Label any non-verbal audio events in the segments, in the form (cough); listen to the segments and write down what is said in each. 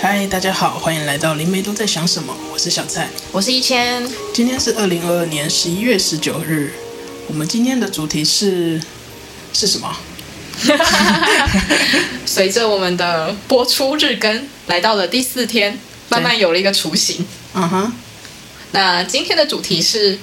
嗨，大家好，欢迎来到灵媒都在想什么，我是小蔡。我是一千，今天是二零二二年十一月十九日，我们今天的主题是是什么？随着我们的播出日更来到了第四天，慢慢有了一个雏形。嗯哼，那今天的主题是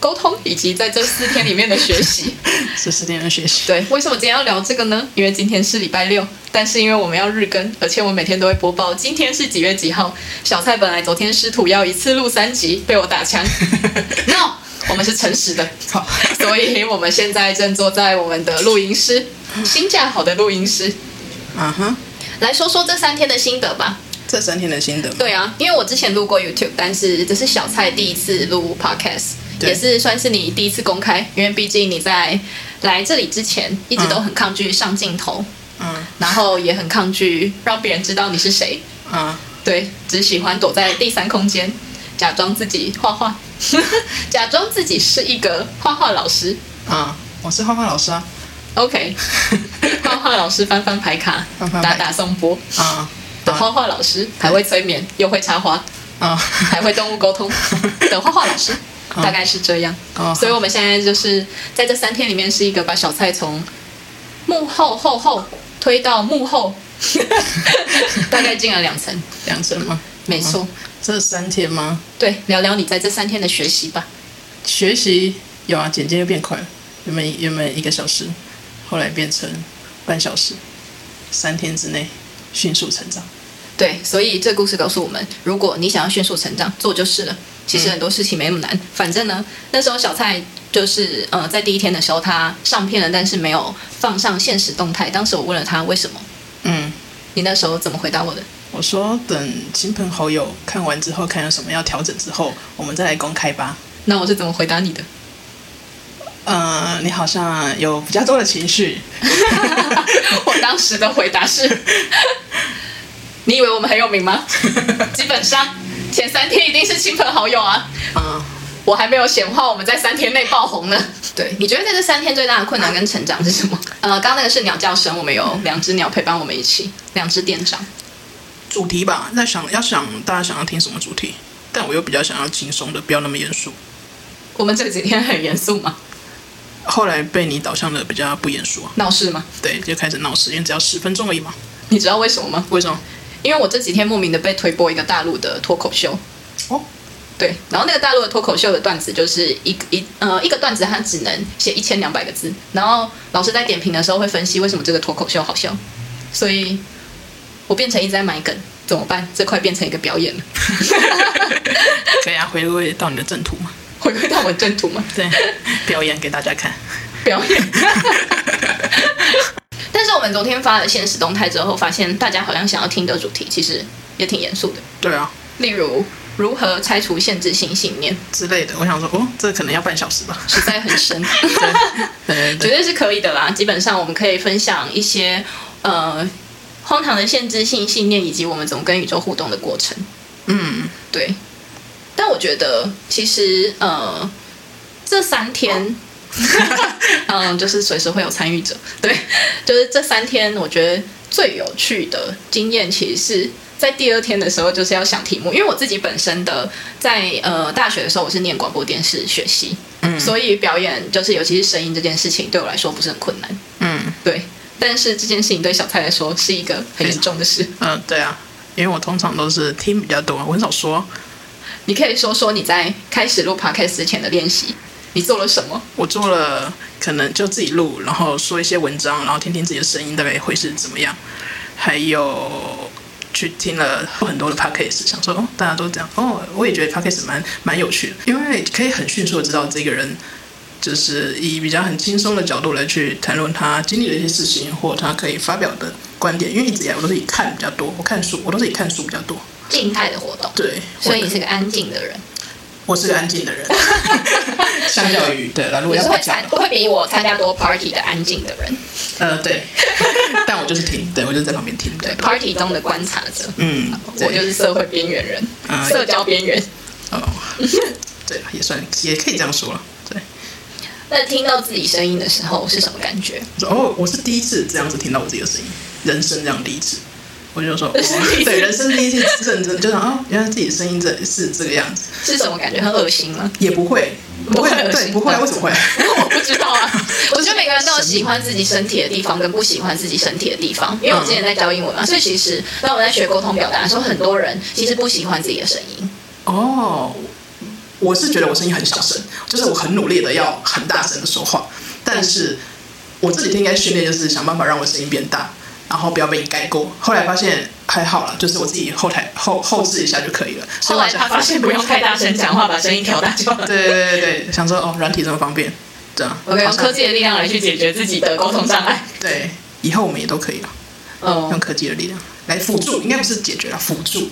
沟通以及在这四天里面的学 (laughs) 习。是十点的学习。对，为什么今天要聊这个呢？因为今天是礼拜六，但是因为我们要日更，而且我们每天都会播报今天是几月几号。小蔡本来昨天试图要一次录三集，被我打 (laughs) 枪。no，我们是诚实的， (laughs) 好，所以我们现在正坐在我们的录音室，新架好的录音室，嗯哼，来说说这三天的心得吧。这三天的心得。对啊，因为我之前录过 YouTube，但是这是小蔡第一次录 Podcast，对也是算是你第一次公开，因为毕竟你在来这里之前一直都很抗拒上镜头，嗯然后也很抗拒让别人知道你是谁，嗯，对，只喜欢躲在第三空间，假装自己画画， (laughs) 假装自己是一个画画老师。啊、我是画画老师 (laughs) 啊， (laughs) OK，画画老师翻翻牌卡翻翻，牌打卡打颂钵啊的画画老师，还会催眠，又会插花。啊还会动物沟通的画画老师，大概是这样。哦所以我们现在就是在这三天里面，是一个把小蔡从幕后后后推到幕后， (laughs) 大概进了两层。两层吗？啊没错，这三天吗？对，聊聊你在这三天的学习吧。学习有啊，简介又变快了，原本原本一个小时，后来变成半小时，三天之内迅速成长。对，所以这故事告诉我们，如果你想要迅速成长，做就是了。其实很多事情没那么难，反正呢，那时候小蔡就是呃，在第一天的时候他上片了，但是没有放上现实动态。当时我问了他为什么，嗯，你那时候怎么回答我的？我说等亲朋好友看完之后，看有什么要调整之后，我们再来公开吧。那我是怎么回答你的？ (laughs) 呃，你好像有比较多的情绪，我当时的回答是： (laughs) 你以为我们很有名吗？嗯 (laughs) 基本上前三天一定是亲朋好友啊。啊、我还没有显化，我们在三天内爆红呢。对，你觉得在这三天最大的困难跟成长是什么？呃，刚刚那个是鸟叫声，我们有两只鸟陪伴我们一起，两只店长。主题吧，在想要想大家想要听什么主题，但我又比较想要轻松的，不要那么严肃。我们这几天很严肃吗？后来被你导向的比较不严肃啊，闹事吗？对，就开始闹事，因为只要十分钟而已嘛。你知道为什么吗？为什么？因为我这几天莫名的被推播一个大陆的脱口秀， (laughs) 哦，对，然后那个大陆的脱口秀的段子就是一个一呃一个段子，它只能写一千两百个字。然后老师在点评的时候会分析为什么这个脱口秀好笑，所以我变成一直在买梗，怎么办？这快变成一个表演了，可以啊，回归到你的正途嘛。回归到我正途嘛，对，表演给大家看。表演。 (laughs) 但是我们昨天发了现实动态之后，发现大家好像想要听的主题其实也挺严肃的，对啊，例如如何拆除限制性信念，之类的。我想说，哦，这可能要半小时吧。实在很深。对绝对对是可以的啦。基本上我们可以分享一些呃荒唐的限制性信念，以及我们怎么跟宇宙互动的过程。 (laughs) 嗯，对，但我觉得其实呃这三天。 (laughs) 嗯，就是随时会有参与者。对，就是这三天，我觉得最有趣的经验，其实是在第二天的时候，就是要想题目。因为我自己本身的在呃大学的时候，我是念广播电视学习，嗯所以表演就是尤其是声音这件事情，对我来说不是很困难。嗯对，但是这件事情对小蔡来说是一个很严重的事。嗯、呃对啊，因为我通常都是听比较多，我很少说。你可以说说你在开始录 podcast 之前的练习，你做了什么？我做了，可能就自己录，然后说一些文章，然后听听自己的声音大概会是怎么样，还有去听了很多的 podcast，想说哦，大家都这样，哦，我也觉得 podcast 蛮蛮有趣的，因为可以很迅速的知道这个人。就是以比较很轻松的角度来去谈论他经历的一些事情，或他可以发表的观点。因为一直以来我都是以看比较多，我看书，我都是以看书比较多。静态的活动，对，所以我你是个安静的人，我是个安静的人，相较于对，如果你要是打会架参会比我参加多 party 的安静的人，呃，对， (laughs) 但我就是听，对我就是在旁边听，对对，party 中的观察者。嗯，对我就是社会边缘人，嗯社交边缘。哦， (laughs) 对啊，也算也可以这样说了，对，那听到自己声音的时候是什么感觉？我说哦，我是第一次这样子听到我自己的声音，人生这样第一次，我 (laughs) 就说，人生第我一次对，人生第一次认真，就想哦，原来自己的声音这是这个样子，是什么感觉？很恶心吗？也不会，不会恶对，心不会，的为什么 (laughs) 会？ (laughs) 我不知道啊，我觉得每个人都有喜欢自己身体的地方跟不喜欢自己身体的地方。因为我之前在教英文嘛，所以其实当我在学沟通表达的时候，很多人其实不喜欢自己的声音。哦，我是觉得我声音很小声，就是我很努力的要很大声的说话，但是我这几天应该训练就是想办法让我声音变大，然后不要被盖过。后来发现还好啦，就是我自己后台后后置一下就可以了。所以 (laughs) 后我来想他发现不用太大声讲话，把声音调大就好。对对对对，想说哦，软体这么方便，这样 (laughs) 我们好用像科技的力量来去解决自己的沟通障碍。对，以后我们也都可以了，哦用科技的力量来辅助，应该不是解决了，辅助，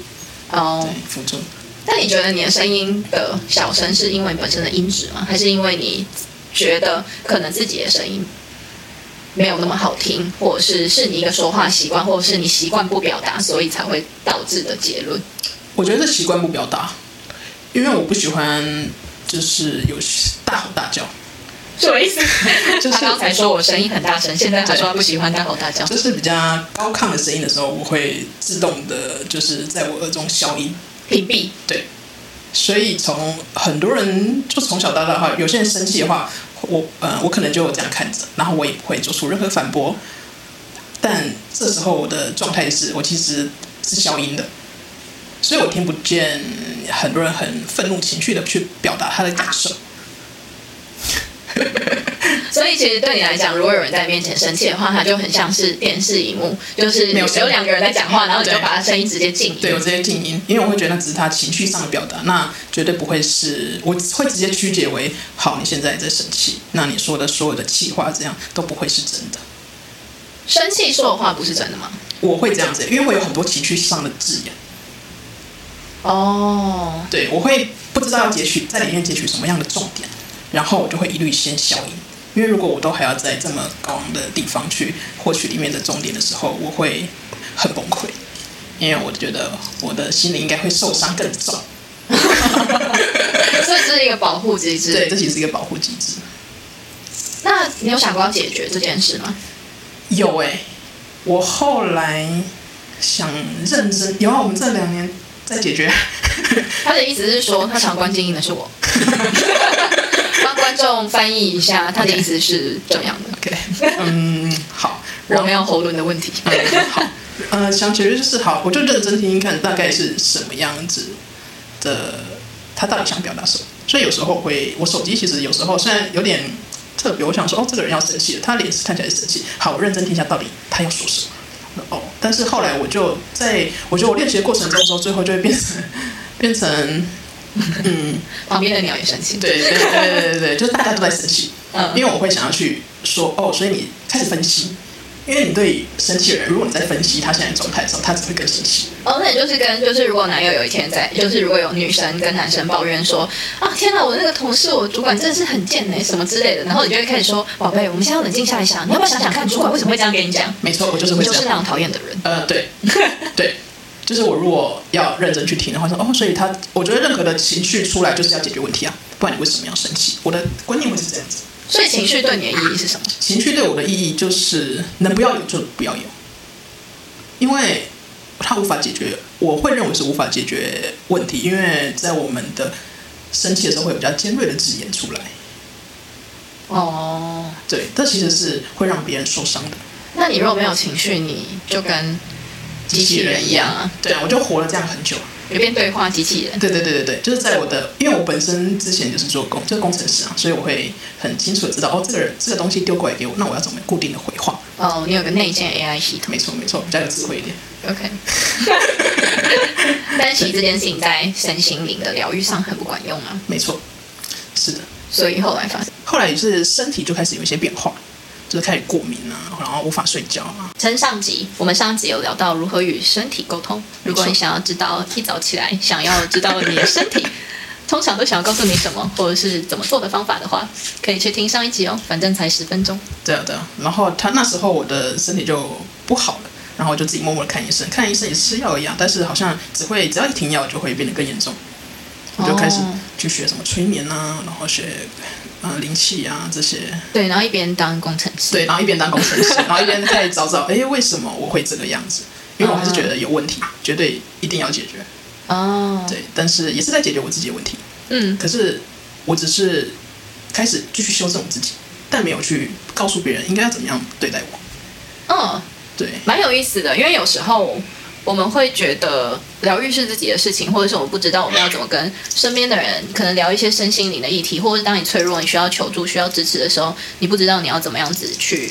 哦对，，辅助。那你觉得你的声音的小声是因为本身的音质吗？还是因为你觉得可能自己的声音没有那么好听，或者是是你一个说话习惯，或者是你习惯不表达，所以才会导致的结论？我觉得是习惯不表达，因为我不喜欢就是有大吼大叫。什么意思？ (laughs) 就是他刚才说我声音很大声，现在他说他不喜欢大吼大叫。就是比较高亢的声音的时候，我会自动的，就是在我耳中消音。屏蔽，对，所以从很多人就从小到大的话，有些人生气的话，我呃，我可能就这样看着，然后我也不会做出任何反驳。但这时候我的状态是我其实是消音的，所以我听不见很多人很愤怒情绪的去表达他的感受。所以其实对你来讲，如果有人在面前生气的话，他就很像是电视荧幕，就是没有声有音两个人在讲话，然后你就对把他声音直接静音。对我直接静音，因为我会觉得那只是他情绪上的表达，那绝对不会是我会直接曲解为好，你现在在生气，那你说的所有的气话这样都不会是真的。生气说的话不是真的吗？我会这样子，因为我有很多情绪上的字眼，哦，对我会不知道要截取在里面截取什么样的重点，然后我就会一律先消音，因为如果我都还要在这么高昂的地方去获取里面的重点的时候，我会很崩溃，因为我觉得我的心灵应该会受伤更重。所 (laughs) 以这是一个保护机制。对，这其实是一个保护机制。那你有想过要解决这件事吗？有哎、我后来想认真，有啊，我们这两年在解决。他的意思是说，他常关静音的 (laughs) 是我。帮观众翻译一下，他的意思是这样的。 OK，嗯，好，我然后没有喉咙的问题。嗯好，呃，想解决就是好，我就认真听听看，大概是什么样子的，他到底想表达什么。所以有时候会，我手机其实有时候虽然有点特别，我想说哦，这个人要生气了，他脸是看起来是生气，好，我认真听一下到底 (laughs) 他要说什么。哦，但是后来我就在，我觉得我练习的过程中的时候，最后就会变成 (laughs) 变成旁边的鸟也生气。对对对对对对，就是大家都在生气，嗯因为我会想要去说哦，所以你开始分析，因为你对生气的人，如果你在分析他现在的状态的时候，他只会更生气。哦，那也就是跟就是如果男友有一天在，就是如果有女生跟男生抱怨说啊天哪，我那个同事我主管真的是很贱呢、欸什么之类的，然后你就会开始说宝贝，我们现在要冷静下来想，你要不要想想看主管为什么会这样跟你讲？没错，我就是你会就这是样。那种讨厌的人。呃，对对，就是我如果要认真去听的话，说哦，所以他，我觉得任何的情绪出来就是要解决问题啊，不然你为什么要生气？我的观念会是这样子，所以情绪对你的意义是什么？情绪对我的意义就是能不要有就不要有，因为它无法解决，我会认为是无法解决问题，因为在我们的生气的时候会有比较尖锐的字眼出来，哦，对，这其实是会让别人受伤的。那你如果没有情绪，你就跟机器人一样啊，对啊，我就活了这样很久。有变对话机器人。对对对对对，就是在我的，因为我本身之前就是做工，就是工程师啊，所以我会很清楚的知道，哦，这个人这个东西丢过来给我，那我要怎么固定的回话？哦，你有个内建 AI 系统没错没错，比较有智慧一点。 ，OK。但其实这件事情在身心灵的疗愈上很不管用啊，没错，是的。所以后来发生后来也是身体就开始有一些变化，就是开始过敏啊，然后无法睡觉啊。称上集，我们上集有聊到如何与身体沟通。如果你想要知道一早起来想要知道你的身体 (laughs) 通常都想要告诉你什么，或者是怎么做的方法的话，可以去听上一集哦，反正才十分钟。对啊对啊。然后他那时候我的身体就不好了，然后我就自己默默的看医生，看医生也是吃药一样，但是好像只会只要一停药就会变得更严重。我就开始哦去学什么催眠啊，然后学呃灵气啊这些。对，然后一边当工程师。啊对，然后一边当工程师，然后一边在找找，哎，为什么我会这个样子？因为我还是觉得有问题，绝对一定要解决。哦，对，但是也是在解决我自己的问题。嗯可是我只是开始继续修正我自己，但没有去告诉别人应该要怎么样对待我。嗯，对，蛮有意思的，因为有时候我们会觉得疗愈是自己的事情，或者是我们不知道我们要怎么跟身边的人可能聊一些身心灵的议题，或者是当你脆弱、你需要求助、需要支持的时候，你不知道你要怎么样子去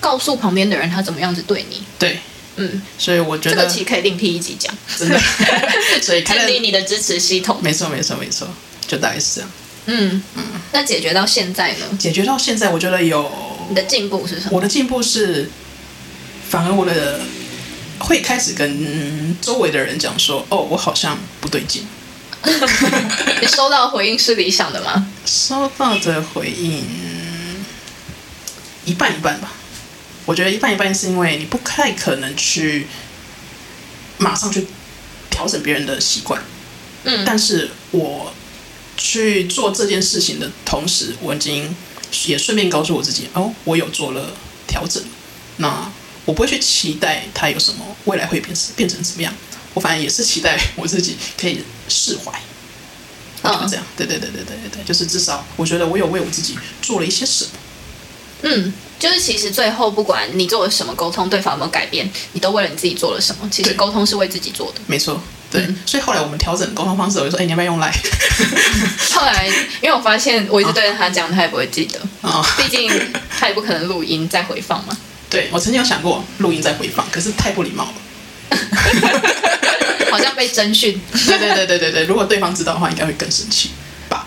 告诉旁边的人他怎么样子对你。对，嗯，所以我觉这个得其实可以另辟一集讲，真 (laughs) 的，所以开建了立，你的支持系统。没错，没错，没错，就大概是这样。嗯嗯，那解决到现在呢？解决到现在，我觉得有你的进步是什么？我的进步是，反而我的会开始跟周围的人讲说，哦，我好像不对劲。你收到回应是理想的吗？收到的回应一半一半吧，我觉得一半一半是因为你不太可能去马上去调整别人的习惯，嗯但是我去做这件事情的同时，我已经也顺便告诉我自己，哦，我有做了调整，那我不会去期待它有什么未来会变成变成怎么样，我反正也是期待我自己可以释怀。就这嗯样，对对对对对对对，就是至少我觉得我有为我自己做了一些事，嗯，就是其实最后不管你做了什么沟通，对方有没有改变，你都为了你自己做了什么。其实对沟通是为自己做的。没错，对，嗯所以后来我们调整沟通方式，我就说，哎、你要不要用来？后来因为我发现我一直对着他讲，他也不会记 (laughs) 得， (laughs) 啊、毕竟他也不可能录音再回放嘛。对我曾经有想过录音再回放，可是太不礼貌了。好像被征询，对对对对对对，如果对方知道的话，应该会更生气吧？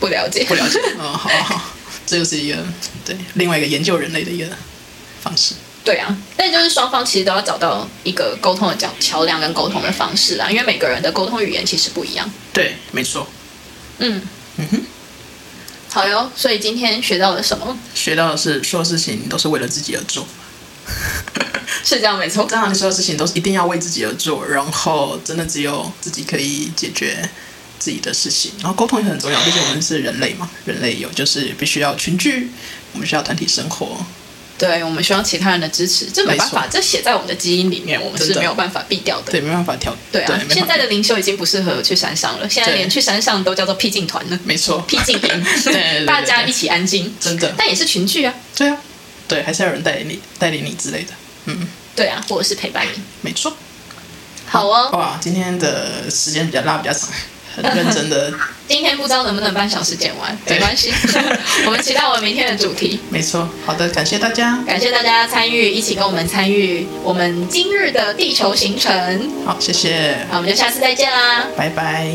不了解不。了解，嗯，好好好，这就是一个对另外一个研究人类的一个方式，对啊，但就是双方其实都要找到一个沟通的桥桥梁跟沟通的方式啦，因为每个人的沟通语言其实不一样。对，没错，嗯，嗯哼，好哟。所以今天学到了什么？学到的是所有事情都是为了自己而做。是这样没错。当然，所有事情都是一定要为自己而做，然后真的只有自己可以解决自己的事情。然后沟通也很重要，毕竟我们是人类嘛，人类有就是必须要群聚，我们需要团体生活。对我们需要其他人的支持，这没办法，没这写在我们的基因里面，我们是真的没有办法避掉的。对，没办法调。对啊，没现办法在的灵修已经不适合去山上了，现在对连去山上都叫做僻静团 (laughs) 了，没错，僻静营，对对对大家一起安静，真的但也是群聚啊，对啊，对，还是要有人带领你，带领你之类的。嗯，对啊，或者是陪伴你。没错。好哦，哇，今天的时间比较拉比较长，很认真的，今天不知道能不能半小时剪完，对没 (laughs) 关系，我们期待我们明天的主题。没错。好的，感谢大家。感谢大家参与，一起跟我们参与我们今日的地球行程。好，谢谢，好，我们就下次再见啦，拜拜。